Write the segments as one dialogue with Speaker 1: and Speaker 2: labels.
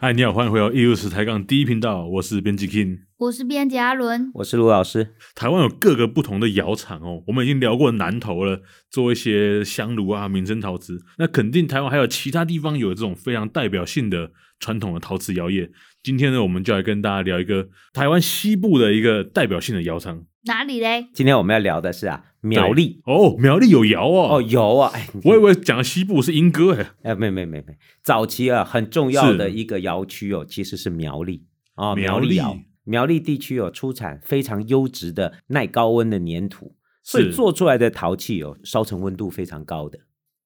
Speaker 1: 嗨，你好，欢迎回到艺术史抬杠第一频道，我是编辑 King。
Speaker 2: 我是编辑阿伦，
Speaker 3: 我是卢老师。
Speaker 1: 台湾有各个不同的窑厂哦，我们已经聊过南投了，做一些香炉啊、民生陶瓷。那肯定台湾还有其他地方有这种非常代表性的传统的陶瓷窑业。今天呢，我们就来跟大家聊一个台湾西部的一个代表性的窑厂
Speaker 2: 哪里嘞？
Speaker 3: 今天我们要聊的是啊，苗栗
Speaker 1: 哦，苗栗有窑哦。
Speaker 3: 哦，有啊，哎，你
Speaker 1: 我以为讲西部是莺歌哎，
Speaker 3: 哎，没没没没，早期啊很重要的
Speaker 1: 是
Speaker 3: 一个窑区哦，其实是苗栗哦，
Speaker 1: 苗
Speaker 3: 苗
Speaker 1: 栗
Speaker 3: 栗窑，苗栗地区有出产非常优质的耐高温的粘土，所以
Speaker 1: 是
Speaker 3: 做出来的陶器哦，烧成温度非常高的。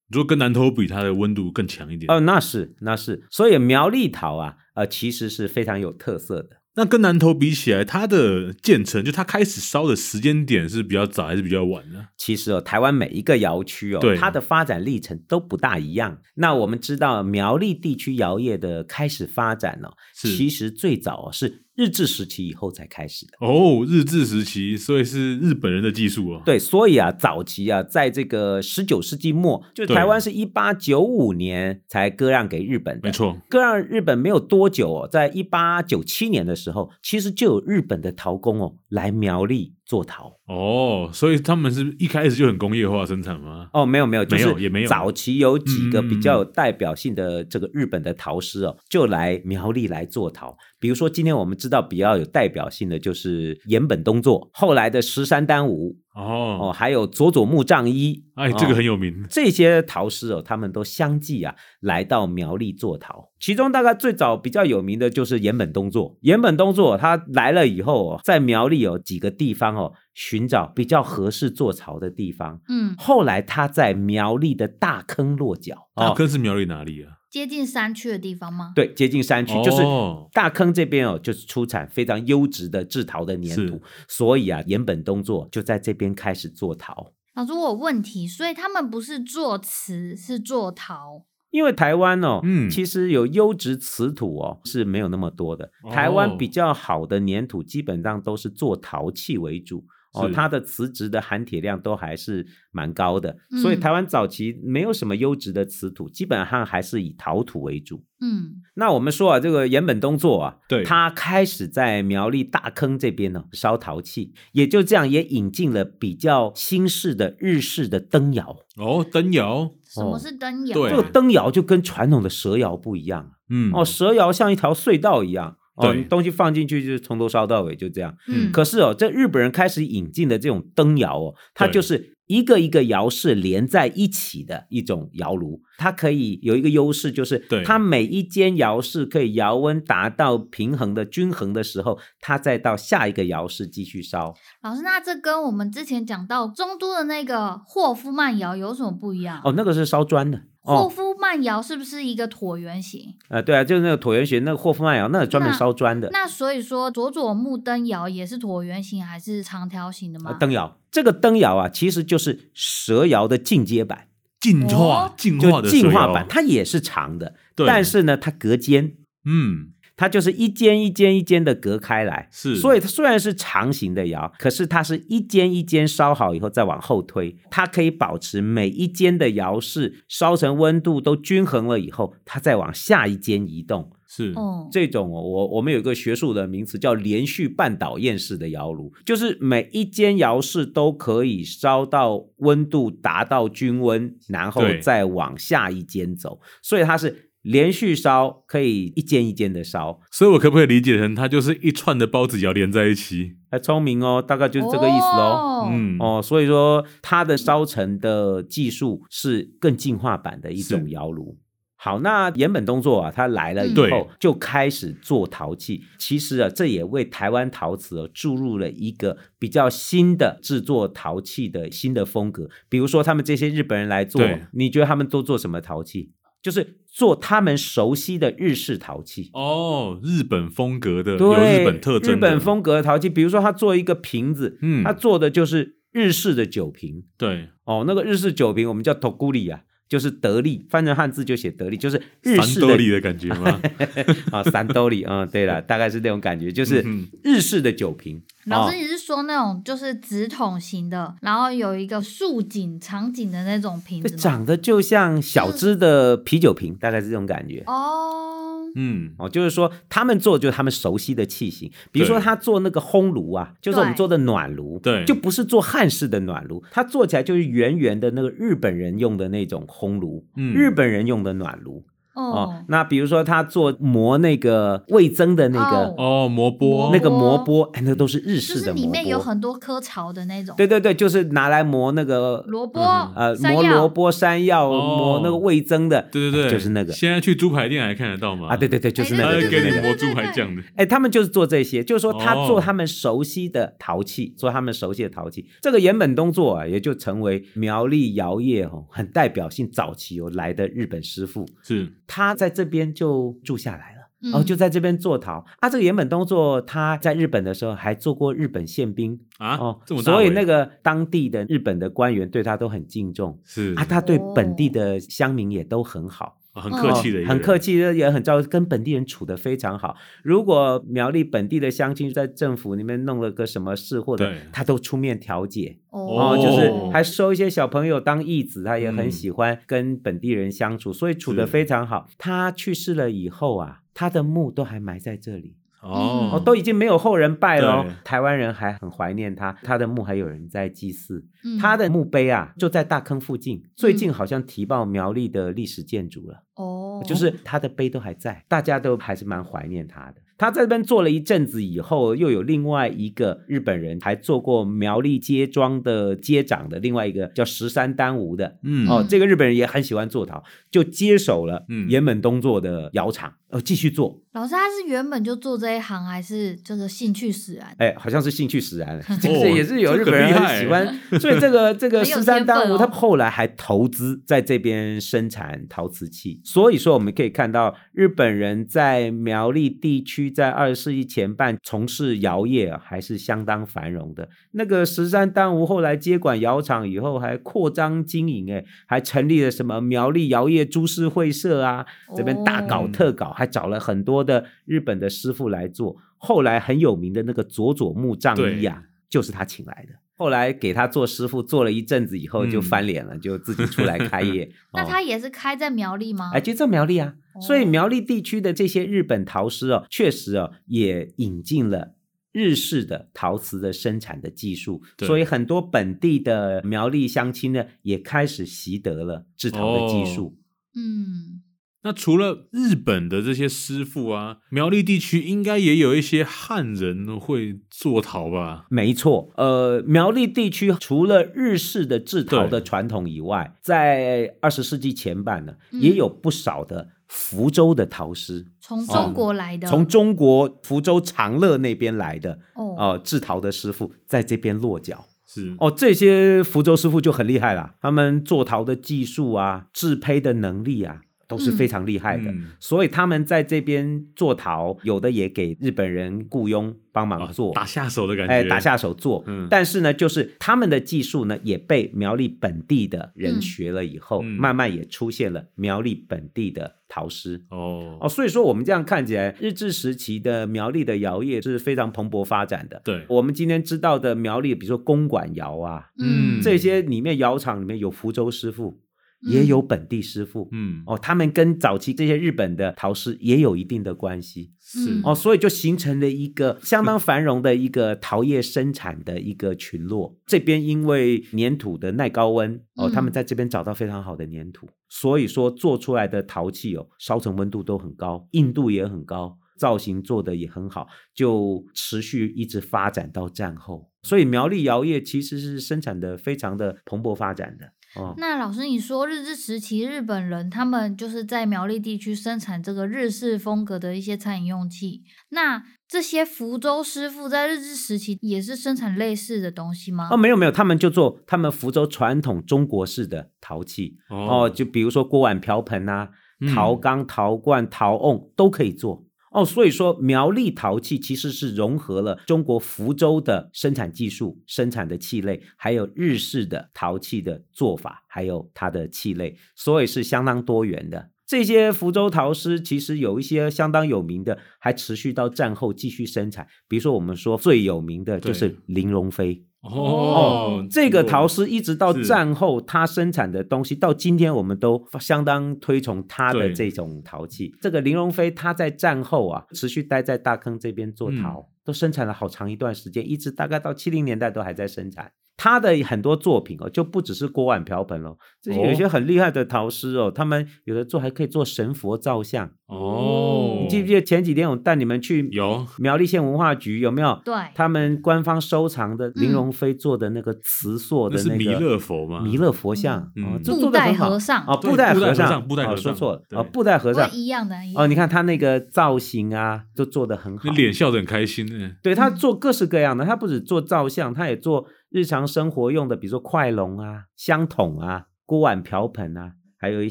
Speaker 1: 你说跟南投比，它的温度更强一点。
Speaker 3: 哦，那是那是，所以苗栗陶啊，呃，其实是非常有特色的。
Speaker 1: 那跟南投比起来，它的建成就它开始烧的时间点是比较早还是比较晚呢？
Speaker 3: 其实哦，台湾每一个窑区哦
Speaker 1: 对，
Speaker 3: 它的发展历程都不大一样。那我们知道苗栗地区窑业的开始发展哦，
Speaker 1: 是
Speaker 3: 其实最早哦是日治时期以后才开始的。
Speaker 1: 哦，日治时期，所以是日本人的技术哦。，
Speaker 3: 对，所以啊，早期啊，在这个十九世纪末，就
Speaker 1: 对
Speaker 3: 台湾是一八九五年才割让给日本的，
Speaker 1: 没。错，
Speaker 3: 割让日本没有多久哦，在一八九七年的时候，其实就有日本的陶工哦来苗栗做陶。
Speaker 1: 哦，所以他们是一开始就很工业化生产吗？
Speaker 3: 哦，没有没有，就
Speaker 1: 没有
Speaker 3: 是
Speaker 1: 也没有
Speaker 3: 早期有几个
Speaker 1: 嗯
Speaker 3: 比较有代表性的这个日本的陶师哦，就来苗栗来做陶。比如说，今天我们知道比较有代表性的就是岩本东作，后来的十三丹吾
Speaker 1: 哦，
Speaker 3: 哦，还有佐佐木丈一，
Speaker 1: 哎，这个
Speaker 3: 哦
Speaker 1: 很有名，
Speaker 3: 这些陶师哦，他们都相继啊来到苗栗做陶，其中大概最早比较有名的就是岩本东作。岩本东作他来了以后、哦，在苗栗有几个地方哦，寻找比较合适做陶的地方。
Speaker 2: 嗯，
Speaker 3: 后来他在苗栗的大坑落脚，
Speaker 1: 大
Speaker 3: 哦、
Speaker 1: 坑是苗栗哪里啊？
Speaker 2: 接近山区的地方吗？
Speaker 3: 对，接近山区，就是
Speaker 1: 哦
Speaker 3: 大坑这边哦，就是出产非常优质的制陶的粘
Speaker 1: 是
Speaker 3: 土，所以啊，岩本东作就在这边开始做陶。
Speaker 2: 老师，我有问题，所以他们不是做瓷，是做陶。
Speaker 3: 因为台湾哦，
Speaker 1: 嗯
Speaker 3: 其实有优质瓷土哦是没有那么多的
Speaker 1: 哦。
Speaker 3: 台湾比较好的粘土基本上都是做陶器为主。哦，
Speaker 1: 是
Speaker 3: 它的瓷质的含铁量都还是蛮高的，
Speaker 2: 嗯
Speaker 3: 所以台湾早期没有什么优质的瓷土，基本上还是以陶土为主。
Speaker 2: 嗯，
Speaker 3: 那我们说啊，这个岩本东作啊，
Speaker 1: 对
Speaker 3: 他开始在苗栗大坑这边呢、烧陶器，也就这样也引进了比较新式的日式的灯窑。
Speaker 1: 哦，灯窑，
Speaker 2: 什
Speaker 3: 哦
Speaker 2: 么是灯窑？
Speaker 1: 对
Speaker 3: 这个灯窑就跟传统的蛇窑不一样
Speaker 1: 嗯，
Speaker 3: 哦，蛇窑像一条隧道一样。哦，
Speaker 1: 对
Speaker 3: 你东西放进去就是从头烧到尾，就这样。
Speaker 2: 嗯，
Speaker 3: 可是哦，这日本人开始引进的这种灯窑哦，它
Speaker 1: 对
Speaker 3: 就是一个一个窑是连在一起的一种窑炉，它可以有一个优势，就是
Speaker 1: 对
Speaker 3: 它每一间窑室可以窑温达到平衡的均衡的时候，它再到下一个窑室继续烧。
Speaker 2: 老师，那这跟我们之前讲到中都的那个霍夫曼窑有什么不一样？
Speaker 3: 哦，那个是烧砖的
Speaker 2: 霍
Speaker 3: 哦，
Speaker 2: 夫曼窑是不是一个椭圆形？
Speaker 3: 呃，对啊，就是那个椭圆形那个霍夫曼窑，那个专门
Speaker 2: 那
Speaker 3: 烧砖的。
Speaker 2: 那所以说佐佐木灯窑也是椭圆形还是长条形的吗？
Speaker 3: 呃，灯窑这个灯窑啊，其实就是蛇窑的进阶版，
Speaker 1: 进化
Speaker 2: 哦
Speaker 1: 进化
Speaker 3: 就
Speaker 1: 的
Speaker 3: 进
Speaker 1: 水
Speaker 3: 化
Speaker 1: 窑
Speaker 3: 版，，它也是长的，
Speaker 1: 对
Speaker 3: 但是呢，它隔间，
Speaker 1: 嗯，
Speaker 3: 它就是一间一间一间的隔开来，
Speaker 1: 是
Speaker 3: 所以它虽然是长形的窑，可是它是一间一间烧好以后再往后推，它可以保持每一间的窑室烧成温度都均衡了以后，它再往下一间移动。
Speaker 1: 是
Speaker 2: 哦，
Speaker 3: 这种哦我我们有一个学术的名词叫连续半导焰式的窑炉，就是每一间窑室都可以烧到温度达到均温，然后
Speaker 1: 对
Speaker 3: 再往下一间走，所以它是连续烧，可以一间一间的烧。
Speaker 1: 所以我可不可以理解成它就是一串的包子窑连在一起？
Speaker 3: 哎，聪明哦，大概就是这个意思喽。
Speaker 2: 哦
Speaker 1: 嗯，
Speaker 3: 哦，所以说它的烧成的技术是更进化版的一
Speaker 1: 是
Speaker 3: 种窑炉。好，那岩本东作啊，他来了以
Speaker 1: 对
Speaker 3: 后就开始做陶器。其实啊，这也为台湾陶瓷哦注入了一个比较新的制作陶器的新的风格。比如说，他们这些日本人来做
Speaker 1: 对，
Speaker 3: 你觉得他们都做什么陶器？就是做他们熟悉的日式陶器。
Speaker 1: 哦，日本风格的，有
Speaker 3: 对，
Speaker 1: 日本特征，
Speaker 3: 日本，风格的陶器，比如说他做一个瓶子，
Speaker 1: 嗯
Speaker 3: 他做的就是日式的酒瓶
Speaker 1: 对，
Speaker 3: 哦，那个日式酒瓶我们叫 toguri 啊，就是得力，翻成汉字就写得力，就是日
Speaker 1: 三
Speaker 3: 式
Speaker 1: 多
Speaker 3: 的
Speaker 1: 里的感觉 吗？嗯
Speaker 3: 啊，三兜里，嗯，对了，大概是那种感觉，就是
Speaker 1: 嗯
Speaker 3: 日式的酒瓶。
Speaker 2: 老师，
Speaker 3: 哦
Speaker 2: 你是说那种就是直筒型的，然后有一个竖井、长井的那种瓶
Speaker 3: 这
Speaker 2: 子吗？
Speaker 3: 长得就像小只的啤酒瓶，大概是这种感觉。
Speaker 2: 哦，
Speaker 1: 嗯，
Speaker 3: 哦，就是说他们做就是他们熟悉的器型，比如说
Speaker 1: 对
Speaker 3: 他做那个烘炉啊，就是我们
Speaker 2: 对
Speaker 3: 做的暖炉，
Speaker 1: 对
Speaker 3: 就不是做汉式的暖炉，它做起来就是圆圆的那个日本人用的那种烘炉，
Speaker 1: 嗯
Speaker 3: 日本人用的暖炉哦
Speaker 2: 哦。，
Speaker 3: 那比如说他做磨那个味增的那个、
Speaker 1: 哦，磨波
Speaker 3: 那个磨
Speaker 1: 哦
Speaker 3: 波，哎，那都是日
Speaker 2: 就
Speaker 3: 式
Speaker 2: 是
Speaker 3: 的磨
Speaker 2: 里面有
Speaker 3: 波，
Speaker 2: 很多颗槽的那种，
Speaker 3: 对对对，就是拿来磨那个
Speaker 2: 萝卜
Speaker 1: 嗯、
Speaker 3: 呃
Speaker 2: 山
Speaker 3: 磨
Speaker 2: 药
Speaker 3: 萝卜山药、
Speaker 1: 哦
Speaker 3: 磨那个味增的，哎
Speaker 1: 对对对，
Speaker 3: 就是那个
Speaker 1: 现在去猪排店还看得到吗？
Speaker 3: 啊，对，对对，就是那
Speaker 1: 他
Speaker 2: 哎
Speaker 3: 个，
Speaker 1: 会
Speaker 3: 就
Speaker 2: 对
Speaker 3: 是
Speaker 1: 给
Speaker 3: 那
Speaker 1: 你
Speaker 3: 个
Speaker 1: 磨猪排酱的。
Speaker 3: 哎，他们就是做这些，就是说他
Speaker 1: 哦
Speaker 3: 做他们熟悉的陶器，做他们熟悉的陶器。这个岩本东作啊，也就成为苗栗窑业哦很代表性早期有来的日本师傅，
Speaker 1: 是，
Speaker 3: 他在这边就住下来了。
Speaker 2: 嗯
Speaker 3: 然哦后就在这边做陶啊，这个岩本东作他在日本的时候还做过日本宪兵
Speaker 1: 啊，
Speaker 3: 哦
Speaker 1: 这么，大
Speaker 3: 所以
Speaker 1: 尾
Speaker 3: 那个当地的日本的官员对他都很敬重
Speaker 1: 是
Speaker 3: 啊，他对本地的乡民也都很好。
Speaker 1: 啊很客气的一个
Speaker 3: 哦
Speaker 1: 人，
Speaker 3: 很客气的，也很照顾，跟本地人处得非常好。如果苗栗本地的乡亲在政府里面弄了个什么事，或者
Speaker 1: 对
Speaker 3: 他都出面调解，
Speaker 1: 哦
Speaker 3: 哦，就是还
Speaker 2: 还
Speaker 3: 收一些小朋友当义子，他也很
Speaker 1: 嗯
Speaker 3: 喜欢跟本地人相处，所以处得
Speaker 1: 是
Speaker 3: 非常好。他去世了以后啊，他的墓都还埋在这里，
Speaker 1: 哦
Speaker 3: 哦，，都已经没有后人拜了哦
Speaker 1: 对，
Speaker 3: 台湾人还很怀念他，他的墓还有人在祭祀。
Speaker 2: 嗯
Speaker 3: 他的墓碑啊，就在大坑附近，最近好像提报苗栗的历史建筑了。
Speaker 2: 哦，
Speaker 3: 就是他的碑都还在，大家都还是蛮怀念他的。他在这边做了一阵子以后，又有另外一个日本人，还做过苗栗街庄的街长的另外一个叫十三丹吾的。
Speaker 1: 嗯
Speaker 3: 哦，这个日本人也很喜欢做陶，就接手了
Speaker 1: 嗯
Speaker 3: 岩本东做的窑厂，哦，继续做，
Speaker 2: 老师他是原本就做这一行，还是就是兴趣使然？
Speaker 3: 哎，好像是兴趣 使然了，就是也是有日本人
Speaker 1: 这个厉害
Speaker 3: 很喜欢，所哦以这个这个
Speaker 2: 很有
Speaker 3: 十三
Speaker 2: 天
Speaker 3: 丹
Speaker 2: 分
Speaker 3: 吾
Speaker 2: 哦
Speaker 3: 他后来还投资在这边生产陶瓷器，所以说我们可以看到日本人在苗栗地区在二十世纪前半从事窑业啊还是相当繁荣的。那个十三丹吾后来接管窑厂以后，还扩张经营，哎，还成立了什么苗栗窑业株式会社啊，这边大搞
Speaker 1: 哦
Speaker 3: 特搞，还找了很多的日本的师傅来做。后来很有名的那个佐佐木藏一啊，就是他请来的。后来给他做师傅，做了一阵子以后
Speaker 1: 嗯
Speaker 3: 就翻脸了，就自己出来开业。
Speaker 2: 那
Speaker 3: 哦
Speaker 2: 他也是开在苗栗吗？
Speaker 3: 哎，就在苗栗啊，
Speaker 2: 哦
Speaker 3: 所以苗栗地区的这些日本陶师哦，确实哦也引进了。日式的陶瓷的生产的技术，
Speaker 1: 对
Speaker 3: 所以很多本地的苗栗乡亲呢，也开始习得了制陶的技术。
Speaker 2: 嗯，
Speaker 1: 那除了日本的这些师傅啊，苗栗地区应该也有一些汉人会做陶吧？
Speaker 3: 没错，呃，苗栗地区除了日式的制陶
Speaker 1: 对
Speaker 3: 的传统以外，在二十世纪前半呢，
Speaker 2: 嗯
Speaker 3: 也有不少的福州的陶师，
Speaker 2: 从
Speaker 3: 哦
Speaker 2: 中国来的，
Speaker 3: 从中国福州长乐那边来的，
Speaker 2: 哦
Speaker 3: 呃，制陶的师傅在这边落脚。
Speaker 1: 是
Speaker 3: 哦，这些福州师傅就很厉害啦，他们做陶的技术啊、制胚的能力啊，都是非常厉害的。
Speaker 1: 嗯
Speaker 3: 所以他们在这边做陶，有的也给日本人雇佣帮
Speaker 1: 啊
Speaker 3: 忙做，
Speaker 1: 打下手的感觉，
Speaker 3: 哎，打下手做。
Speaker 1: 嗯
Speaker 3: 但是呢，就是他们的技术呢，也被苗栗本地的人学了以后，
Speaker 1: 嗯
Speaker 3: 慢慢也出现了苗栗本地的陶师。
Speaker 1: 哦
Speaker 3: 哦，所以说我们这样看起来，日治时期的苗栗的窑业是非常蓬勃发展的。
Speaker 1: 对，
Speaker 3: 我们今天知道的苗栗，比如说公馆窑啊，
Speaker 1: 嗯
Speaker 3: 这些里面窑厂里面有福州师傅，也
Speaker 2: 嗯
Speaker 3: 有本地师傅。
Speaker 1: 嗯
Speaker 3: 哦，他们跟早期这些日本的陶师也有一定的关系。
Speaker 1: 是
Speaker 2: 嗯
Speaker 3: 哦，所以就形成了一个相当繁荣的一个陶业生产的一个群落。这边因为粘土的耐高温，哦，他们
Speaker 2: 嗯
Speaker 3: 在这边找到非常好的粘土，所以说做出来的陶器哦，烧成温度都很高，硬度也很高，造型做的也很好，就持续一直发展到战后。所以苗栗窑业其实是生产的非常的蓬勃发展的。哦，
Speaker 2: 那老师，你说日治时期日本人他们就是在苗栗地区生产这个日式风格的一些餐饮用器，那这些福州师傅在日治时期也是生产类似的东西吗？
Speaker 3: 哦，没有没有，他们就做他们福州传统中国式的陶器，哦，就比如说锅碗瓢盆啊、
Speaker 1: 嗯
Speaker 3: 陶缸、陶罐、陶瓮都可以做。哦，所以说苗栗陶器其实是融合了中国福州的生产技术、生产的器类，还有日式的陶器的做法，还有它的器类，所以是相当多元的。这些福州陶师其实有一些相当有名的，还持续到战后继续生产。比如说我们说最有名的就
Speaker 1: 对
Speaker 3: 是林荣飞
Speaker 1: 哦，
Speaker 3: 这个陶
Speaker 1: 陶
Speaker 3: 师一直到
Speaker 1: 是
Speaker 3: 战后，它生产的东西到今天，我们都相当推崇它的
Speaker 1: 对
Speaker 3: 这种陶器。这个林荣飞他在战后啊，持续待在大坑这边做陶，
Speaker 1: 嗯
Speaker 3: 都生产了好长一段时间，一直大概到七零年代都还在生产。他的很多作品哦，就不只是锅碗瓢盆哦，这些有一些很厉害的陶师哦，他们有的做还可以做神佛造像。
Speaker 1: 哦，
Speaker 3: 你记不记得前几天我带你们去
Speaker 1: 有
Speaker 3: 苗栗县文化局有没有？
Speaker 2: 对，
Speaker 3: 他们官方收藏的
Speaker 2: 嗯
Speaker 3: 林荣飞做的那个瓷塑的
Speaker 1: 那是
Speaker 3: 个
Speaker 1: 弥勒佛吗？
Speaker 3: 弥勒佛像，
Speaker 1: 嗯
Speaker 3: 哦
Speaker 1: 嗯
Speaker 3: 这
Speaker 2: 布
Speaker 3: 做得
Speaker 2: 袋
Speaker 3: 很好
Speaker 2: 和尚
Speaker 3: 哦，
Speaker 1: 对
Speaker 3: 布袋
Speaker 1: 布袋
Speaker 3: 和
Speaker 1: 和
Speaker 3: 尚，
Speaker 1: 尚布袋和
Speaker 3: 哦说
Speaker 1: 尚
Speaker 3: 错了
Speaker 1: 对
Speaker 3: 哦，布袋和
Speaker 2: 不
Speaker 3: 尚
Speaker 2: 会一样的，一
Speaker 3: 哦，
Speaker 2: 样
Speaker 3: 你看他那个造型啊，都做得很好
Speaker 1: 那。脸笑得很开心呢。
Speaker 3: 对
Speaker 2: 嗯
Speaker 3: 他做各式各样的，他不止做造像，他也做日常生活用的，比如说筷笼啊、香桶啊、锅碗瓢盆啊，还有一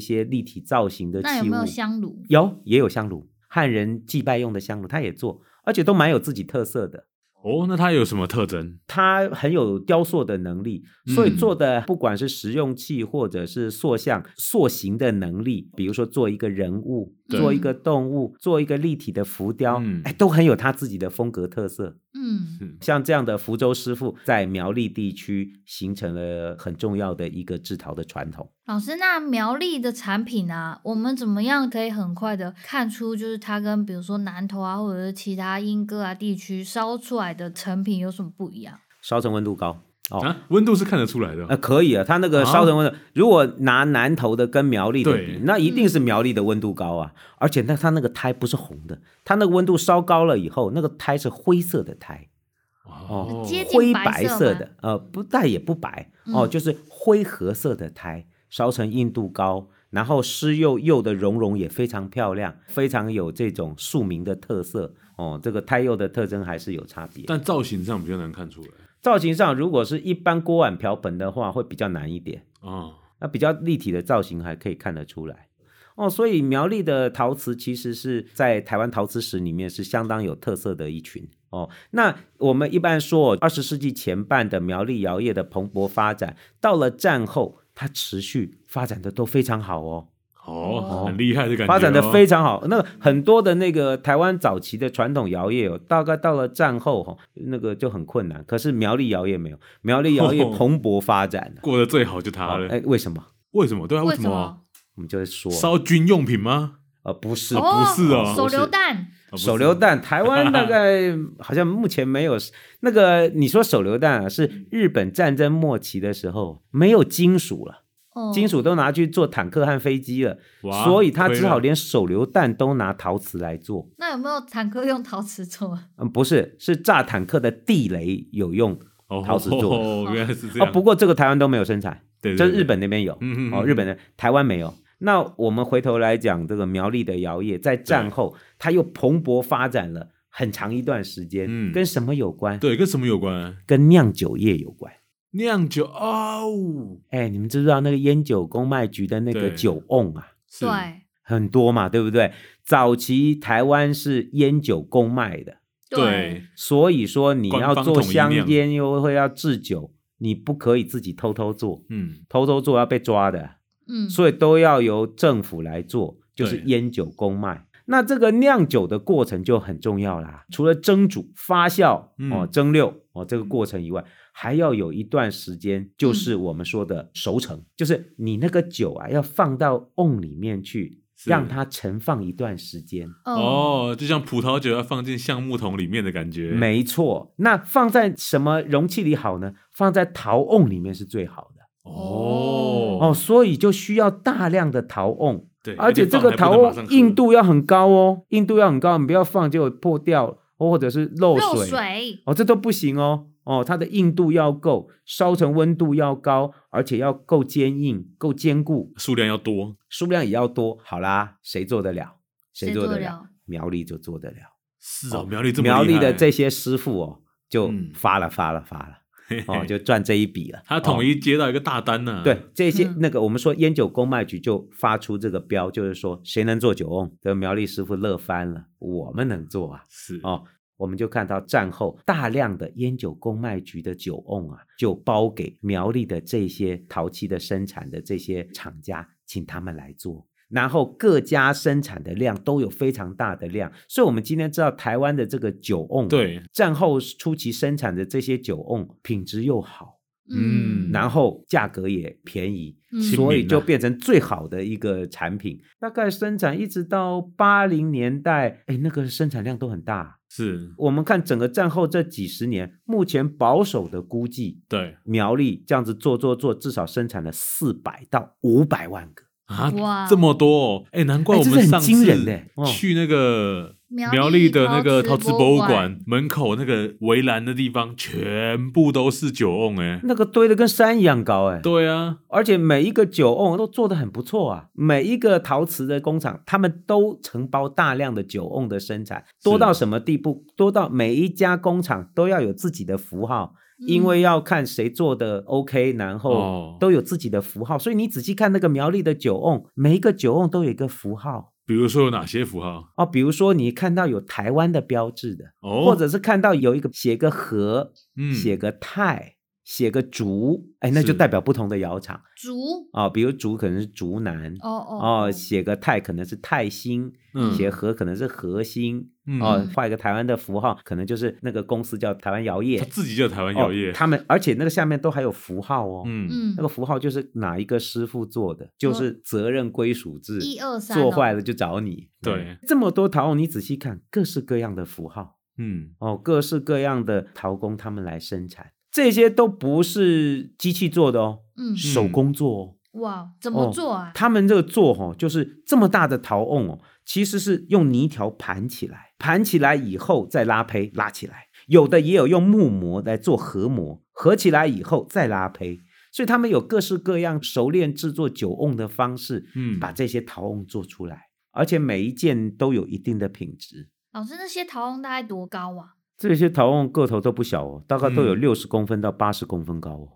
Speaker 3: 些立体造型的器物。
Speaker 2: 那有没有香炉？
Speaker 3: 有也有香炉，汉人祭拜用的香炉，他也做，而且都蛮有自己特色的。
Speaker 1: 哦，那它有什么特征？
Speaker 3: 他很有雕塑的能力，
Speaker 1: 嗯
Speaker 3: 所以做的不管是实用器或者是塑像、塑形的能力，比如说做一个人物、
Speaker 1: 对
Speaker 3: 做一个动物、做一个立体的浮雕，
Speaker 1: 嗯
Speaker 3: 哎，都很有他自己的风格特色。
Speaker 2: 嗯，
Speaker 1: 是
Speaker 3: 像这样的福州师傅，在苗栗地区形成了很重要的一个制陶的传统。
Speaker 2: 老师，那苗栗的产品啊，我们怎么样可以很快的看出，就是它跟比如说南投啊，或者是其他莺歌啊地区烧出来的成品有什么不一样？
Speaker 3: 烧成温度高哦，
Speaker 1: 啊，温度是看得出来的
Speaker 3: 呃，
Speaker 1: 哦。
Speaker 3: 可以啊，它那个烧成温度，如果拿南投的跟苗栗的比
Speaker 1: 对，
Speaker 3: 那一定是苗栗的温度高啊。而且那它那个胎不是红的，它那个温度烧高了以后，那个胎是灰色的胎，
Speaker 1: 哦，
Speaker 2: 接近
Speaker 3: 灰
Speaker 2: 白
Speaker 3: 白
Speaker 2: 色
Speaker 3: 色
Speaker 2: 吗
Speaker 3: 的，呃，不但也不白哦，
Speaker 2: 嗯
Speaker 3: 就是灰褐色的胎，烧成硬度高，然后湿釉釉的熔融也非常漂亮，非常有这种庶民的特色哦。这个胎釉的特征还是有差别。
Speaker 1: 但造型上比较难看出来
Speaker 3: 造型上，如果是一般锅碗瓢盆的话，会比较难一点。
Speaker 1: 哦，
Speaker 3: 那比较立体的造型还可以看得出来。哦，所以苗栗的陶瓷其实是在台湾陶瓷史里面是相当有特色的一群哦。那我们一般说，二十世纪前半的苗栗窑业的蓬勃发展，到了战后，它持续发展的都非常好哦。
Speaker 1: 哦，很厉害的感觉哦，
Speaker 3: 发展的非常好。那个很多的那个台湾早期的传统窑业、哦，大概到了战后哈、哦，那个就很困难。可是苗栗窑业没有，苗栗窑业蓬勃发展、
Speaker 1: 过得哦最好就它
Speaker 3: 哦
Speaker 1: 了。
Speaker 3: 哎，为什么？
Speaker 1: 为什么？对啊，
Speaker 2: 为
Speaker 1: 什么？？
Speaker 3: 我们就会说，
Speaker 1: 烧军用品吗？
Speaker 3: 呃，不是，
Speaker 1: 不是哦
Speaker 2: 手
Speaker 1: 不是
Speaker 2: 榴弹，
Speaker 1: 啊不是
Speaker 3: 手榴弹，台湾大概好像目前没有 那个。你说手榴弹啊，是日本战争末期的时候没有金属了，
Speaker 2: 哦
Speaker 3: 金属都拿去做坦克和飞机了，
Speaker 1: 哇
Speaker 3: 所以他
Speaker 1: 亏了
Speaker 3: 只好连手榴弹都拿陶瓷来做。
Speaker 2: 那有没有坦克用陶瓷做？
Speaker 3: 嗯，不是，是炸坦克的地雷有用
Speaker 1: 哦
Speaker 3: 陶瓷做的
Speaker 1: 哦， 原来是这
Speaker 3: 哦。
Speaker 1: 样。
Speaker 3: 不过这个台湾都没有生产，
Speaker 1: 对，对
Speaker 3: 这日，本那边有，
Speaker 1: 嗯嗯嗯
Speaker 3: 哦，日本的台湾没有。那我们回头来讲这个苗栗的窑业，在战后它又蓬勃发展了很长一段时间，
Speaker 1: 嗯
Speaker 3: 跟什么有关？
Speaker 1: 对对，跟什么有关？
Speaker 3: 跟酿酒业有关。
Speaker 1: 酿酒哦，
Speaker 3: 哎，你们知不知道那个烟酒公卖局的那个
Speaker 1: 对
Speaker 3: 酒瓮啊，
Speaker 1: 是，
Speaker 2: 对
Speaker 3: 很多嘛，对不对？早期台湾是烟酒公卖的，
Speaker 1: 对，
Speaker 3: 所以说你要
Speaker 1: 官方
Speaker 3: 做
Speaker 1: 统一
Speaker 3: 香
Speaker 1: 酿
Speaker 3: 烟又会要制酒，你不可以自己偷偷做，
Speaker 1: 嗯，
Speaker 3: 偷偷做要被抓的，
Speaker 2: 嗯，
Speaker 3: 所以都要由政府来做，就是
Speaker 1: 对
Speaker 3: 烟酒公卖。那这个酿酒的过程就很重要啦，除了蒸煮、发酵、
Speaker 1: 嗯
Speaker 3: 哦蒸馏哦这个过程以外，还要有一段时间，
Speaker 1: 嗯
Speaker 3: 就是我们说的熟成，就是你那个酒啊要放到瓮里面去，
Speaker 1: 是
Speaker 3: 让它陈放一段时间。
Speaker 2: 哦，
Speaker 1: 哦，就像葡萄酒要放进橡木桶里面的感觉，
Speaker 3: 没错，那放在什么容器里好呢？放在陶瓮里面是最好的
Speaker 1: 哦
Speaker 3: 哦，所以就需要大量的陶瓮，
Speaker 1: 对，
Speaker 3: 而且这个陶瓮硬度要很高哦，硬度要很高，你不要放就破掉，哦或者是漏水
Speaker 2: 漏水，
Speaker 3: 哦，这都不行哦。哦，它的硬度要够，烧成温度要高，而且要够坚硬、够坚固，
Speaker 1: 数量要多，
Speaker 3: 数量也要多。好啦，谁做得了？谁
Speaker 2: 谁
Speaker 3: 做
Speaker 2: 做
Speaker 3: 得
Speaker 2: 得
Speaker 3: 了
Speaker 2: 了？
Speaker 3: 苗栗就做得了。
Speaker 1: 是哦，苗栗这么
Speaker 3: 苗
Speaker 1: 厉
Speaker 3: 栗的
Speaker 1: 害
Speaker 3: 这些师傅哦，就
Speaker 1: 嗯
Speaker 3: 发了发了发了，哦，就赚这一笔了。
Speaker 1: 他统一接到一个大单呢、
Speaker 3: 哦、对这些
Speaker 2: 嗯
Speaker 3: 那个我们说烟酒公卖局就发出这个标，就是说谁能做酒瓮，这苗栗师傅乐翻了，我们能做啊，
Speaker 1: 是
Speaker 3: 哦。我们就看到战后大量的烟酒公卖局的酒瓮啊，就包给苗栗的这些陶器的生产的这些厂家，请他们来做。然后各家生产的量都有非常大的量，所以我们今天知道台湾的这个酒瓮，，啊
Speaker 1: 对，
Speaker 3: 战后初期生产的这些酒瓮品质又好，
Speaker 1: 嗯
Speaker 3: 然后价格也便宜，
Speaker 2: 嗯
Speaker 1: 亲
Speaker 3: 所以
Speaker 1: 民
Speaker 3: 就
Speaker 1: 啊
Speaker 3: 变成最好的一个产品。大概生产一直到八零年代，哎，那个生产量都很大。啊
Speaker 1: 是，
Speaker 3: 我们看整个战后这几十年，目前保守的估计，
Speaker 1: 对
Speaker 3: 苗栗这样子做做做，至少生产了四百到五百万个。
Speaker 1: 啊
Speaker 2: 哇，
Speaker 1: 这么多哦，哎，难怪
Speaker 3: 哎
Speaker 1: 我
Speaker 3: 这
Speaker 1: 们
Speaker 3: 是很
Speaker 1: 上
Speaker 3: 惊
Speaker 1: 次
Speaker 3: 人的哦
Speaker 1: 去那个。
Speaker 2: 苗
Speaker 1: 苗
Speaker 2: 栗
Speaker 1: 栗的那个
Speaker 2: 陶
Speaker 1: 陶
Speaker 2: 瓷
Speaker 1: 瓷
Speaker 2: 博
Speaker 1: 博
Speaker 2: 物
Speaker 1: 物
Speaker 2: 馆
Speaker 1: 馆门口那个围栏的地方，全部都是酒瓮哎、
Speaker 3: 那个堆的跟山一样高哎、
Speaker 1: 对啊，
Speaker 3: 而且每一个酒瓮都做得很不错啊，每一个陶瓷的工厂，他们都承包大量的酒瓮的生产，多到什么地步？多到每一家工厂都要有自己的符号，因
Speaker 2: 嗯
Speaker 3: 为要看谁做的 OK，然后
Speaker 1: 哦
Speaker 3: 都有自己的符号。所以你仔细看那个苗栗的酒瓮，每一个酒瓮都有一个符号
Speaker 1: 比如说有哪些符号？
Speaker 3: 哦，比如说你看到有台湾的标志的，
Speaker 1: 哦，
Speaker 3: 或者是看到有一个写个和，
Speaker 1: 嗯，
Speaker 3: 写个泰，写个竹，哎，那就是代表不同的窑厂。
Speaker 2: 竹
Speaker 3: 啊、比如竹可能是竹南，
Speaker 2: 哦哦
Speaker 3: 哦，写个泰可能是泰兴，
Speaker 1: 嗯
Speaker 3: 写和可能是和兴，
Speaker 1: 嗯
Speaker 3: 哦
Speaker 2: 嗯，
Speaker 3: 画一个台湾的符号，可能就是那个公司叫台湾窑业
Speaker 1: 他，自己叫台湾摇曳，
Speaker 3: 哦，他们而且那个下面都还有符号哦，
Speaker 1: 嗯，
Speaker 2: 嗯
Speaker 3: 那个符号就是哪一个师傅做的，就是责任归属制，
Speaker 2: 一二三
Speaker 3: 做
Speaker 2: 哦
Speaker 3: 坏了就找你。嗯
Speaker 1: 对，
Speaker 3: 这么多陶，你仔细看，各式各样的符号。
Speaker 1: 嗯，
Speaker 3: 哦，各式各样的陶工他们来生产，这些都不是机器做的哦，
Speaker 2: 嗯
Speaker 3: 手工做哦。
Speaker 2: 哇，怎
Speaker 3: 哦
Speaker 2: 么做啊？
Speaker 3: 他们这个做吼、就是这么大的陶瓮哦，其实是用泥条盘起来，盘起来以后再拉胚拉起来，有的也有用木模来做合模，合起来以后再拉胚。所以他们有各式各样熟练制作酒瓮的方式，
Speaker 1: 嗯
Speaker 3: 把这些陶瓮做出来，而且每一件都有一定的品质。
Speaker 2: 老师那些陶瓮大概多高啊？
Speaker 3: 这些陶瓮个头都不小哦，大概都有
Speaker 1: 嗯
Speaker 3: 六十公分到八十公分高哦。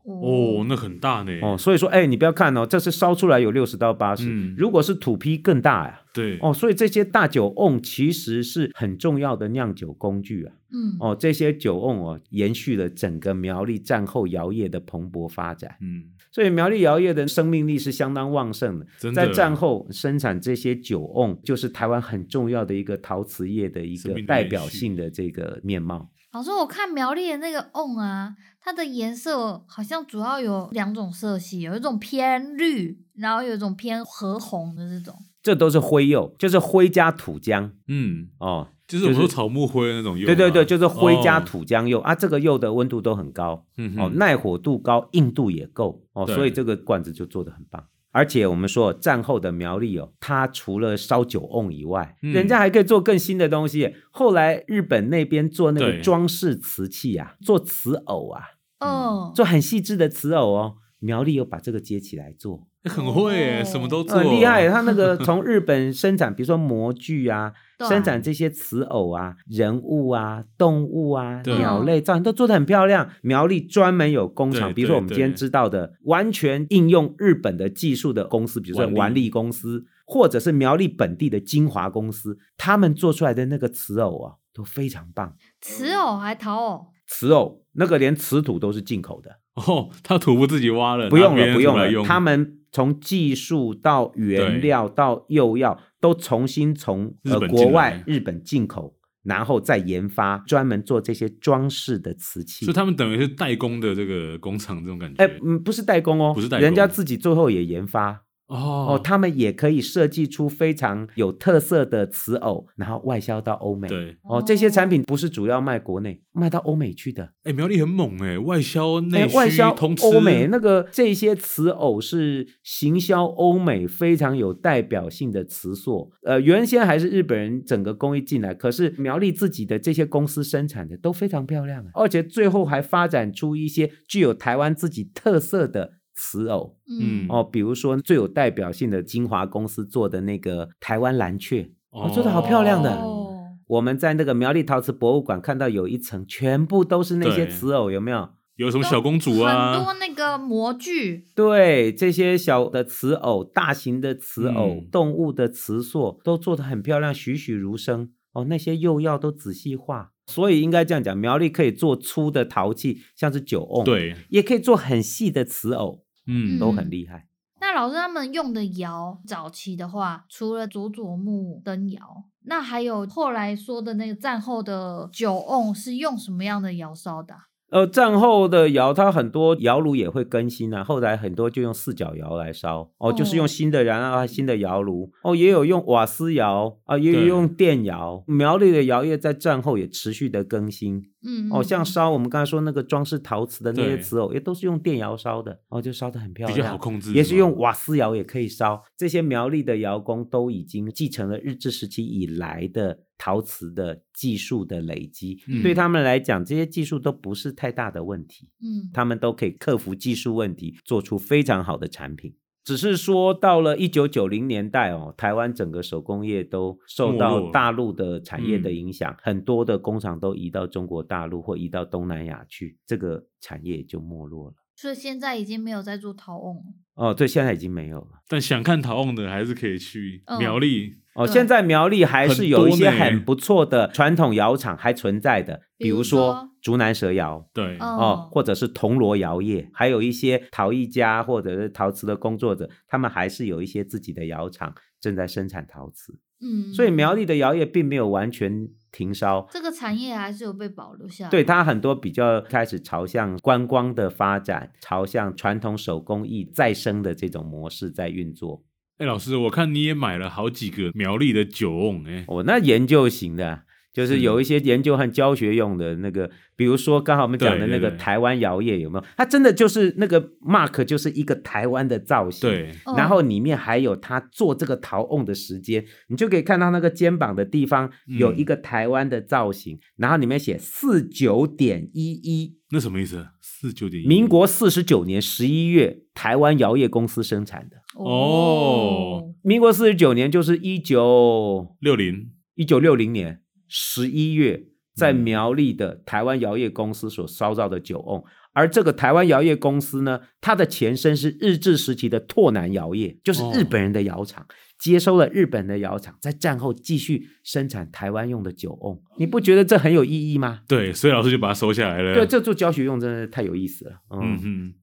Speaker 1: 哦，那很大呢，
Speaker 3: 哦，所以说，哎，你不要看哦，这是烧出来有六十到八十、
Speaker 1: 嗯
Speaker 3: 如果是土坯更大呀、
Speaker 1: 对，
Speaker 3: 哦，所以这些大酒瓮其实是很重要的酿酒工具啊。
Speaker 2: 嗯
Speaker 3: 哦，这些酒瓮哦，延续了整个苗栗战后窑业的蓬勃发展，
Speaker 1: 嗯，
Speaker 3: 所以苗栗窑业的生命力是相当旺盛的。
Speaker 1: 真的
Speaker 3: 在战后生产这些酒瓮，就是台湾很重要的一个陶瓷业的一
Speaker 1: 生
Speaker 3: 个
Speaker 1: 命的
Speaker 3: 代
Speaker 1: 延
Speaker 3: 表
Speaker 1: 续
Speaker 3: 性的这个面貌。
Speaker 2: 老师，我看苗栗的那个瓮啊，它的颜色好像主要有两种色系，有一种偏绿，然后有一种偏和红的这种。
Speaker 3: 这都是灰釉，就是灰加土浆
Speaker 1: 嗯，
Speaker 3: 哦，
Speaker 1: 就是我们
Speaker 3: 就是
Speaker 1: 说草木灰那种用啊，
Speaker 3: 对对对，就是灰加
Speaker 1: 哦，
Speaker 3: 土浆釉、啊，这个釉的温度都很高。
Speaker 1: 嗯
Speaker 3: 哦，
Speaker 1: 哼，
Speaker 3: 耐火度高，硬度也够哦，
Speaker 1: 对
Speaker 3: 所以这个罐子就做得很棒。而且我们说战后的苗栗哦，它除了烧酒瓮以外，
Speaker 1: 嗯
Speaker 3: 人家还可以做更新的东西。后来日本那边做那个
Speaker 1: 对
Speaker 3: 装饰瓷器啊，做瓷偶啊，
Speaker 2: 嗯，
Speaker 3: 做很细致的瓷偶哦。苗栗又把这个接起来做，
Speaker 1: 很会耶，
Speaker 2: 哦
Speaker 1: 什么都做，
Speaker 3: 很厉害。它那个从日本生产，比如说模具啊，
Speaker 2: 对啊
Speaker 3: 生产这些瓷偶啊、人物啊、动物啊、
Speaker 1: 对
Speaker 3: 鸟类造型都做得很漂亮。苗栗专门有工厂，
Speaker 1: 对
Speaker 3: 比如说我们
Speaker 1: 对
Speaker 3: 今天
Speaker 1: 对
Speaker 3: 知道的，完全应用日本的技术的公司，比如说
Speaker 1: 丸力
Speaker 3: 丸力公司，或者是苗栗本地的金华公司，他们做出来的那个瓷偶啊，都非常棒。
Speaker 2: 瓷偶还陶偶，
Speaker 3: 瓷偶那个连瓷土都是进口的，
Speaker 1: 哦，他土不自己挖了，
Speaker 3: 不用
Speaker 1: 拿别人
Speaker 3: 了，
Speaker 1: 的
Speaker 3: 不
Speaker 1: 土来
Speaker 3: 用了。
Speaker 1: 用，
Speaker 3: 他们从技术到原
Speaker 1: 对
Speaker 3: 料到釉药，都重新从
Speaker 1: 日
Speaker 3: 呃
Speaker 1: 本
Speaker 3: 国
Speaker 1: 进
Speaker 3: 外
Speaker 1: 来
Speaker 3: 日本进口，然后再研发专门做这些装饰的瓷器
Speaker 1: 所以。他们等于是代工的这个工厂这种感觉，
Speaker 3: 哎，嗯，不是代工哦，
Speaker 1: 不是代
Speaker 3: 人家
Speaker 1: 工
Speaker 3: 自己最后也研发哦
Speaker 1: 哦，
Speaker 3: 他们也可以设计出非常有特色的瓷偶，然后外销到欧美。
Speaker 1: 对，
Speaker 3: 哦，这些产品不是主要卖国内，卖到欧美去的。
Speaker 1: 哎，苗栗很猛哎，外销
Speaker 3: 哎
Speaker 1: 内，
Speaker 3: 外
Speaker 1: 需
Speaker 3: 销
Speaker 1: 通吃，
Speaker 3: 欧美哦那个这些瓷偶是行销欧美非常有代表性的瓷塑。呃，原先还是日本人整个工艺进来，可是苗栗自己的这些公司生产的都非常漂亮、啊，而且最后还发展出一些具有台湾自己特色的瓷偶
Speaker 1: 嗯
Speaker 2: 嗯
Speaker 3: 哦，比如说最有代表性的金华公司做的那个台湾蓝雀。哦做得好漂亮的
Speaker 1: 哦
Speaker 2: 哦
Speaker 3: 我们在那个苗栗陶瓷博物馆看到有一层全部都是那些
Speaker 1: 对
Speaker 3: 瓷偶，有没有？
Speaker 1: 有什么小公主
Speaker 2: 很多
Speaker 1: 啊，
Speaker 2: 那个模具，
Speaker 3: 对这些小的瓷偶、大型的瓷偶、
Speaker 1: 嗯
Speaker 3: 动物的瓷塑都做得很漂亮，栩栩如生哦。那些釉药都仔细画，所以应该这样讲，苗栗可以做粗的陶器，像是酒瓮，，
Speaker 1: 对，
Speaker 3: 也可以做很细的瓷偶，
Speaker 1: 嗯
Speaker 2: 嗯
Speaker 3: 都很厉害。
Speaker 2: 那老师他们用的窑，早期的话，除了佐佐木灯窑，那还有后来说的那个战后的酒瓮是用什么样的窑烧的啊、
Speaker 3: 呃，战后的窑，它很多窑炉也会更新啊。后来很多就用四角窑来烧，哦，就是用
Speaker 2: 哦
Speaker 3: 新的燃料、啊新的窑炉，哦，也有用瓦斯窑啊，也有
Speaker 1: 对
Speaker 3: 用电窑。苗栗的窑业在战后也持续的更新，
Speaker 2: 嗯，
Speaker 3: 哦，像
Speaker 2: 嗯
Speaker 3: 烧我们刚才说那个装饰陶瓷的那些
Speaker 1: 对
Speaker 3: 瓷偶，也都是用电窑烧的，哦，就烧的很漂
Speaker 1: 比
Speaker 3: 亮，
Speaker 1: 较好控制，
Speaker 3: 也是
Speaker 1: 吗
Speaker 3: 用瓦斯窑也可以烧。这些苗栗的窑工都已经继承了日治时期以来的陶瓷的技术的累积，
Speaker 1: 嗯
Speaker 3: 对他们来讲，这些技术都不是太大的问题，
Speaker 2: 嗯，
Speaker 3: 他们都可以克服技术问题，做出非常好的产品。只是说，到了一九九零年代哦，台湾整个手工业都受
Speaker 1: 没落
Speaker 3: 到
Speaker 1: 了
Speaker 3: 大陆的产业的
Speaker 1: 嗯
Speaker 3: 影响，很多的工厂都移到中国大陆或移到东南亚去，这个产业也就没落了。
Speaker 2: 所以现在已经没有在做陶瓮了。
Speaker 3: 哦，对，现在已经没有了。
Speaker 1: 但想看陶瓮的还是可以去
Speaker 2: 嗯
Speaker 1: 苗栗，
Speaker 3: 哦，
Speaker 2: 对
Speaker 3: 现在苗栗还是有一些
Speaker 1: 很多呢
Speaker 3: 很不错的传统窑厂还存在的，比
Speaker 2: 比如
Speaker 3: 如说
Speaker 2: 说
Speaker 3: 竹南蛇窑
Speaker 1: 对，
Speaker 2: 嗯
Speaker 3: 哦，或者是铜锣窑业，还有一些陶艺家或者是陶瓷的工作者，他们还是有一些自己的窑厂正在生产陶瓷，
Speaker 2: 嗯，
Speaker 3: 所以苗栗的窑业并没有完全停烧。
Speaker 2: 这个产业还是有被保留下来。
Speaker 3: 对它很多比较开始朝向观光的发展，朝向传统手工艺再生的这种模式在运作。
Speaker 1: 哎、老师，我看你也买了好几个苗栗的酒瓮、哎，
Speaker 3: 我、哦那研究型的啊，就是
Speaker 1: 是
Speaker 3: 有一些研究和教学用的那个，比如说刚好我们讲的
Speaker 1: 对对
Speaker 3: 那个
Speaker 1: 对
Speaker 3: 台湾摇曳有没有？它真的就是那个 mark 就是一个台湾的造型，。
Speaker 1: 对，
Speaker 2: 哦，
Speaker 3: 然后里面还有他做这个陶瓮的时间，你就可以看到那个肩膀的地方有一
Speaker 1: 嗯
Speaker 3: 个台湾的造型，然后里面写四九点一一，
Speaker 1: 那什么意思？四九点一，
Speaker 3: 民国四十九年十一月台湾摇曳公司生产的。
Speaker 1: 哦
Speaker 3: 民国四十九年就是一九
Speaker 1: 六零，
Speaker 3: 一九六零年十一月，在
Speaker 1: 嗯
Speaker 3: 苗栗的台湾窑业公司所烧造的酒瓮，而这个台湾窑业公司呢，它的前身是日治时期的拓南窑业，就是
Speaker 1: 哦
Speaker 3: 日本人的窑厂，接收了日本的窑厂，在战后继续生产台湾用的酒瓮。你不觉得这很有意义吗？
Speaker 1: 对，所以老师就把它收下来了。
Speaker 3: 对，这做教学用真的是太有意思了。
Speaker 1: 嗯
Speaker 3: 嗯，
Speaker 1: 哼，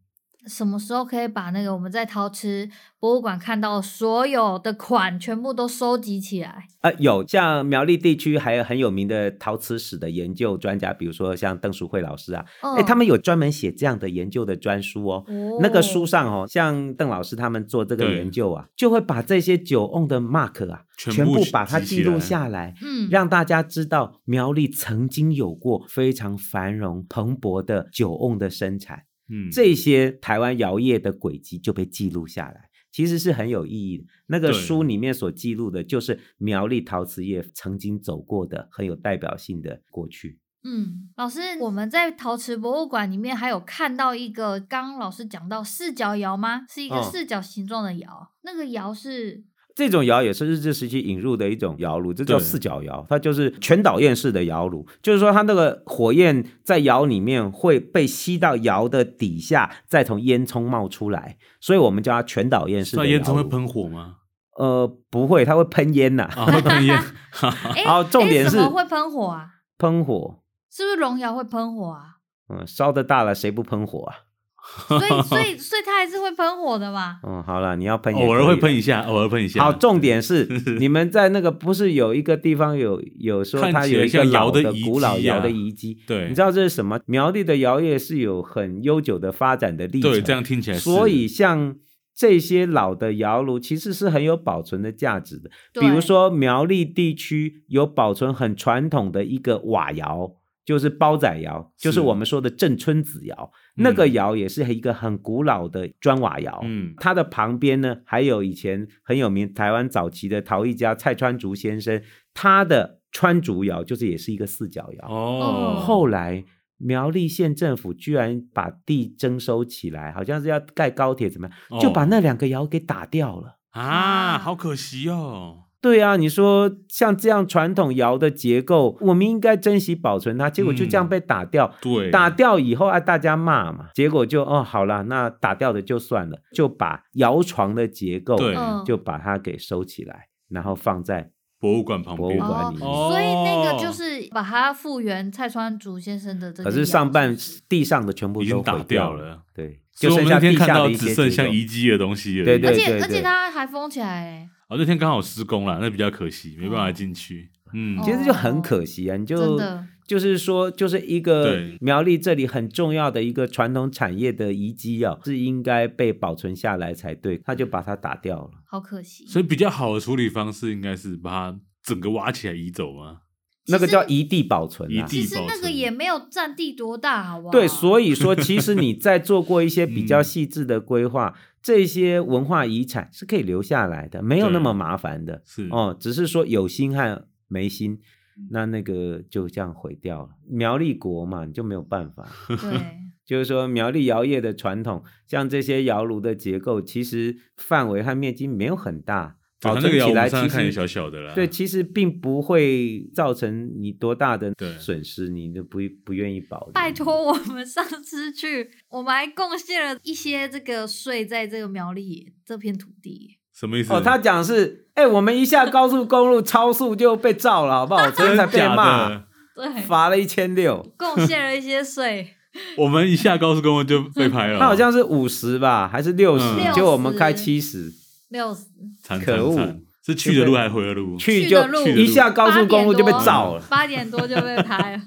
Speaker 2: 什么时候可以把那个我们在陶瓷博物馆看到所有的款全部都收集起来？
Speaker 3: 啊、有像苗栗地区还有很有名的陶瓷史的研究专家，比如说像邓淑慧老师啊，
Speaker 2: 哦
Speaker 3: 哎、他们有专门写这样的研究的专书哦。那个书上哦，像邓老师他们做这个
Speaker 1: 对
Speaker 3: 研究啊，就会把这些酒瓮的 mark 啊，
Speaker 1: 全
Speaker 3: 全
Speaker 1: 部
Speaker 3: 部
Speaker 1: 记
Speaker 3: 把它
Speaker 1: 记
Speaker 3: 记录
Speaker 1: 起来
Speaker 3: 下来，
Speaker 2: 嗯，
Speaker 3: 让大家知道苗栗曾经有过非常繁荣蓬勃的酒瓮的生产，
Speaker 1: 嗯，
Speaker 3: 这些台湾窑业的轨迹就被记录下来。其实是很有意义的。那个
Speaker 1: 对
Speaker 3: 书里面所记录的，就是苗栗陶瓷业曾经走过的很有代表性的过去。
Speaker 2: 嗯，老师，我们在陶瓷博物馆里面还有看到一个，刚刚老师讲到四角窑吗？是一个
Speaker 3: 嗯
Speaker 2: 四角形状的窑，那个窑是
Speaker 3: 这种窑也是日治时期引入的一种窑炉，这叫
Speaker 1: 对
Speaker 3: 四角窑，它就是全导焰式的窑炉，就是说它那个火焰在窑里面会被吸到窑的底下，再从烟囱冒出来，所以我们叫它全导焰式
Speaker 1: 那
Speaker 3: 的
Speaker 1: 烟
Speaker 3: 窑
Speaker 1: 囱会
Speaker 3: 炉。
Speaker 1: 喷火 吗？
Speaker 3: 呃，不会，它会喷烟呐、
Speaker 1: 啊，会喷烟，哈哈，
Speaker 2: 哎，
Speaker 3: 好重
Speaker 2: 诶
Speaker 3: 点
Speaker 2: 怎么
Speaker 3: 是
Speaker 2: 会喷火啊？
Speaker 3: 喷火。
Speaker 2: 是不是龙窑会喷火啊？
Speaker 3: 嗯，烧的大了，谁不喷火啊？
Speaker 2: 所以，所以，所以它还是会喷火的嘛？
Speaker 3: 嗯，好了，你要喷也
Speaker 1: 偶尔
Speaker 3: 可
Speaker 1: 会
Speaker 3: 以
Speaker 1: 喷一下，偶尔喷一下。
Speaker 3: 好，重点 是你们在那个不是有一个地方有有说
Speaker 1: 看
Speaker 3: 它
Speaker 1: 起
Speaker 3: 有
Speaker 1: 来
Speaker 3: 一个
Speaker 1: 像
Speaker 3: 老
Speaker 1: 窑的
Speaker 3: 的
Speaker 1: 遗
Speaker 3: 古老
Speaker 1: 迹
Speaker 3: 窑
Speaker 1: 啊
Speaker 3: 的遗迹，
Speaker 1: 对
Speaker 3: 你知道这是什么？苗栗的窑业是有很悠久的发展的历程，
Speaker 1: 对，这样听起来是，
Speaker 3: 所以像这些老的窑炉其实是很有保存的价值的。比如
Speaker 2: 对
Speaker 3: 说苗栗地区有保存很传统的一个瓦窑，就是包仔窑，就是
Speaker 1: 是
Speaker 3: 我们说的郑村子窑。那个
Speaker 1: 嗯
Speaker 3: 窑也是一个很古老的砖瓦窑，
Speaker 1: 嗯
Speaker 3: 它的旁边呢还有以前很有名台湾早期的陶艺家蔡川竹先生，他的川竹窑就是也是一个四角窑。
Speaker 1: 哦，
Speaker 3: 后来苗栗县政府居然把地征收起来，好像是要盖高铁怎么样，就把
Speaker 1: 哦
Speaker 3: 那两个窑给打掉了。
Speaker 1: 啊，好可惜哦，
Speaker 3: 对啊，你说像这样传统窑的结构，我们应该珍惜保存它，结果就这样
Speaker 1: 嗯
Speaker 3: 被打掉。
Speaker 1: 对，
Speaker 3: 打掉以后啊，大家骂嘛，结果就哦好啦，那打掉的就算了，就把窑床的结构
Speaker 1: 对
Speaker 2: 嗯，
Speaker 3: 就把它给收起来，然后放在
Speaker 1: 博物馆旁
Speaker 3: 博物
Speaker 1: 边。
Speaker 3: 馆
Speaker 2: 哦
Speaker 3: 里面。
Speaker 2: 所以那个就是把它复原蔡川竹先生的这个
Speaker 3: 可
Speaker 2: 样子。
Speaker 3: 是上半地上的全部
Speaker 1: 已经
Speaker 3: 都毁
Speaker 1: 打
Speaker 3: 掉
Speaker 1: 掉，了，
Speaker 3: 对，
Speaker 1: 所
Speaker 3: 就
Speaker 1: 以我
Speaker 3: 剩
Speaker 1: 们
Speaker 3: 下
Speaker 1: 那
Speaker 3: 地
Speaker 1: 天看
Speaker 3: 下
Speaker 1: 到
Speaker 3: 的一
Speaker 1: 只
Speaker 3: 些
Speaker 1: 剩
Speaker 3: 结
Speaker 1: 下
Speaker 3: 构
Speaker 1: 遗迹的东西而已。
Speaker 3: 对对
Speaker 2: 而且而
Speaker 3: 对
Speaker 2: 且它还封起来欸，
Speaker 1: 哦，那天刚好施工了，那比较可惜，没办法进去。嗯，
Speaker 2: 哦
Speaker 3: 其实就很可惜啊，你
Speaker 2: 真
Speaker 3: 就
Speaker 2: 的
Speaker 3: 就是说，就是一个
Speaker 1: 对
Speaker 3: 苗栗这里很重要的一个传统产业的遗迹啊，是应该被保存下来才对，他就把它打掉了。
Speaker 2: 好可惜。
Speaker 1: 所以比较好的处理方式应该是把它整个挖起来移走吗？
Speaker 3: 那个叫遗地保存、啊，
Speaker 1: 遗地
Speaker 2: 其实那个也没有占地多大，好不好？
Speaker 3: 对，所以说，其实你在做过一些比较
Speaker 1: 嗯
Speaker 3: 细致的规划，这些文化遗产是可以留下来的，没有那么麻烦的。
Speaker 1: 是
Speaker 3: 哦，只是说有心和没心，
Speaker 2: 嗯
Speaker 3: 那那个就这样毁掉了。苗栗国嘛，你就没有办法。
Speaker 2: 对，
Speaker 3: 就是说，苗栗窑业的传统，像这些窑炉的结构，其实范围和面积没有很大，
Speaker 1: 对
Speaker 3: 保
Speaker 1: 它
Speaker 3: 存
Speaker 1: 哦那个窑
Speaker 3: 起
Speaker 1: 我
Speaker 3: 来
Speaker 1: 们
Speaker 3: 其
Speaker 1: 上次看也啊
Speaker 3: 实
Speaker 1: 小小的啦。
Speaker 3: 对，其实并不会造成你多大的
Speaker 1: 对
Speaker 3: 损失，你都不不愿意保。
Speaker 2: 拜，托我们上次去，我们还贡献了一些这个税在这个苗栗这片土地。
Speaker 1: 什么意思？
Speaker 3: 哦，他讲是，哎、我们一下高速公路超速就被照了，好不好？所以
Speaker 1: 真的哦
Speaker 3: 才被
Speaker 1: 假
Speaker 3: 骂，
Speaker 1: 的？
Speaker 2: 对，
Speaker 3: 罚了一千六。
Speaker 2: 贡献了一些税，
Speaker 1: 我们一下高速公路就被拍 了，
Speaker 3: 他好像是五十吧，还是六十、
Speaker 1: 嗯
Speaker 3: 结果我们开
Speaker 2: 60
Speaker 3: 七十，
Speaker 2: 六十
Speaker 1: 惨惨
Speaker 3: 可恶
Speaker 1: 惨是去的路还是回的路？
Speaker 3: 去
Speaker 2: 去
Speaker 3: 就
Speaker 2: 的路
Speaker 3: 一下高速公路就被照了，
Speaker 2: 八点多就被拍了，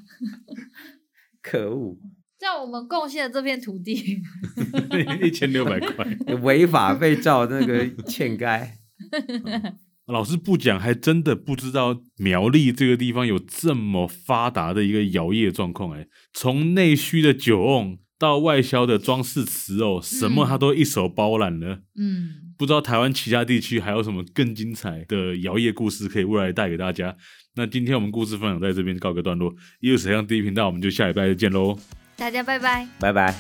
Speaker 3: 可恶，
Speaker 2: 叫我们贡献了这片土地。
Speaker 1: 一千六百块。
Speaker 3: 违法被照那个欠该。
Speaker 1: 老师不讲，还真的不知道苗栗这个地方有这么发达的一个窑业状况。哎，从内需的酒瓮到外销的装饰瓷偶，什么他都一手包揽了。
Speaker 2: 嗯，
Speaker 1: 不知道台湾其他地区还有什么更精彩的摇曳故事可以未来带给大家。那今天我们故事分享在这边告个段落，一路水上第一频道，我们就下礼拜再见喽。
Speaker 2: 大家拜拜。
Speaker 3: 拜拜。